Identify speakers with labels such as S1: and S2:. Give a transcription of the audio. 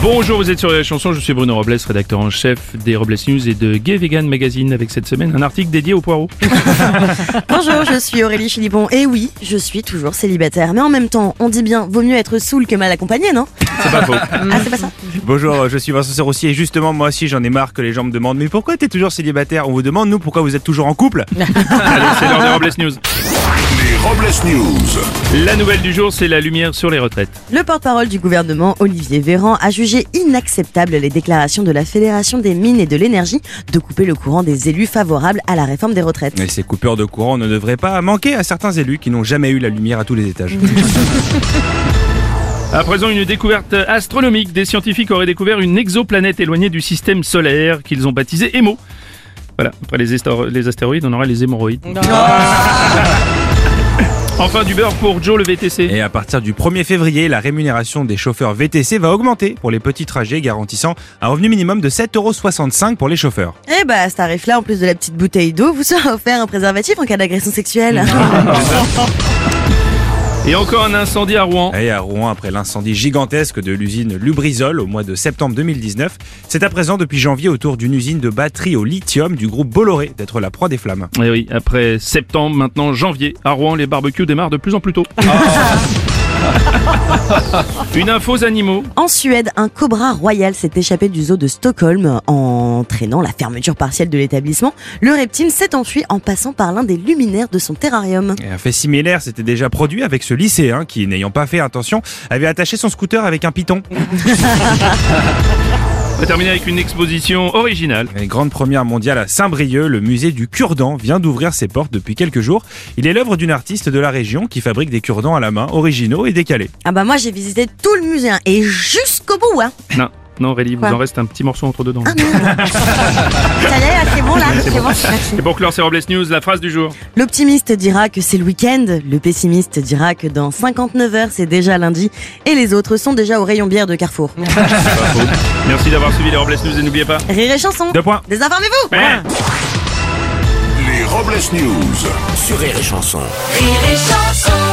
S1: Bonjour, vous êtes sur la chanson, je suis Bruno Robles, rédacteur en chef des Robles News et de Gay Vegan Magazine avec cette semaine un article dédié aux poireaux.
S2: Bonjour, je suis Aurélie Philippon. Et oui, je suis toujours célibataire. Mais en même temps, on dit bien, vaut mieux être saoul que mal accompagné, non
S1: C'est pas faux.
S2: Ah, c'est pas ça
S3: Bonjour, je suis Vincent Serroussi et justement moi aussi j'en ai marre que les gens me demandent mais pourquoi t'es toujours célibataire On vous demande nous pourquoi vous êtes toujours en couple
S1: Allez, c'est l'heure des Robles News.
S4: Les Robles News.
S1: La nouvelle du jour, c'est la lumière sur les retraites.
S2: Le porte-parole du gouvernement, Olivier Véran, a jugé inacceptable les déclarations de la Fédération des mines et de l'énergie de couper le courant des élus favorables à la réforme des retraites.
S3: Et ces coupeurs de courant ne devraient pas manquer à certains élus qui n'ont jamais eu la lumière à tous les étages.
S1: À présent, une découverte astronomique. Des scientifiques auraient découvert une exoplanète éloignée du système solaire qu'ils ont baptisée Emo. Voilà, après les, estor- les astéroïdes, on aura les hémorroïdes. enfin, du beurre pour Joe le VTC.
S3: Et à partir du 1er février, la rémunération des chauffeurs VTC va augmenter pour les petits trajets garantissant un revenu minimum de 7,65€ pour les chauffeurs.
S2: Eh bah, à ce tarif-là, en plus de la petite bouteille d'eau, vous sera offert un préservatif en cas d'agression sexuelle.
S1: Et encore un incendie à Rouen.
S3: Et à Rouen, après l'incendie gigantesque de l'usine Lubrizol au mois de septembre 2019, c'est à présent depuis janvier autour d'une usine de batterie au lithium du groupe Bolloré d'être la proie des flammes.
S1: Et Eh oui, après septembre, maintenant janvier, à Rouen, les barbecues démarrent de plus en plus tôt. Une info aux animaux.
S2: En Suède, un cobra royal s'est échappé du zoo de Stockholm en entraînant la fermeture partielle de l'établissement. Le reptile s'est enfui en passant par l'un des luminaires de son terrarium.
S3: Et Un fait similaire s'était déjà produit avec ce lycéen qui, n'ayant pas fait attention, avait attaché son scooter avec un piton.
S1: On va terminer avec une exposition originale.
S3: La grande première mondiale à Saint-Brieuc, le musée du cure-dent vient d'ouvrir ses portes depuis quelques jours. Il est l'œuvre d'une artiste de la région qui fabrique des cure-dents à la main, originaux et décalés.
S2: Ah bah moi j'ai visité tout le musée hein, et jusqu'au bout hein.
S1: Non, non Aurélie, vous
S2: Quoi
S1: en reste un petit morceau entre deux dents.
S2: Ah merde. Ça y est, là, c'est bon là, c'est bon. Merci.
S1: Et pour clore ces Robles News, la phrase du jour.
S2: L'optimiste dira que c'est le week-end, le pessimiste dira que dans 59 heures c'est déjà lundi et les autres sont déjà au rayon bière de Carrefour.
S1: Merci d'avoir suivi les Robles News et n'oubliez pas. Hein
S2: Rire et chanson.
S3: Deux points.
S2: Désinformez-vous.
S4: Les Robles News.
S5: Sur Rire et Chanson.
S6: Rire et chanson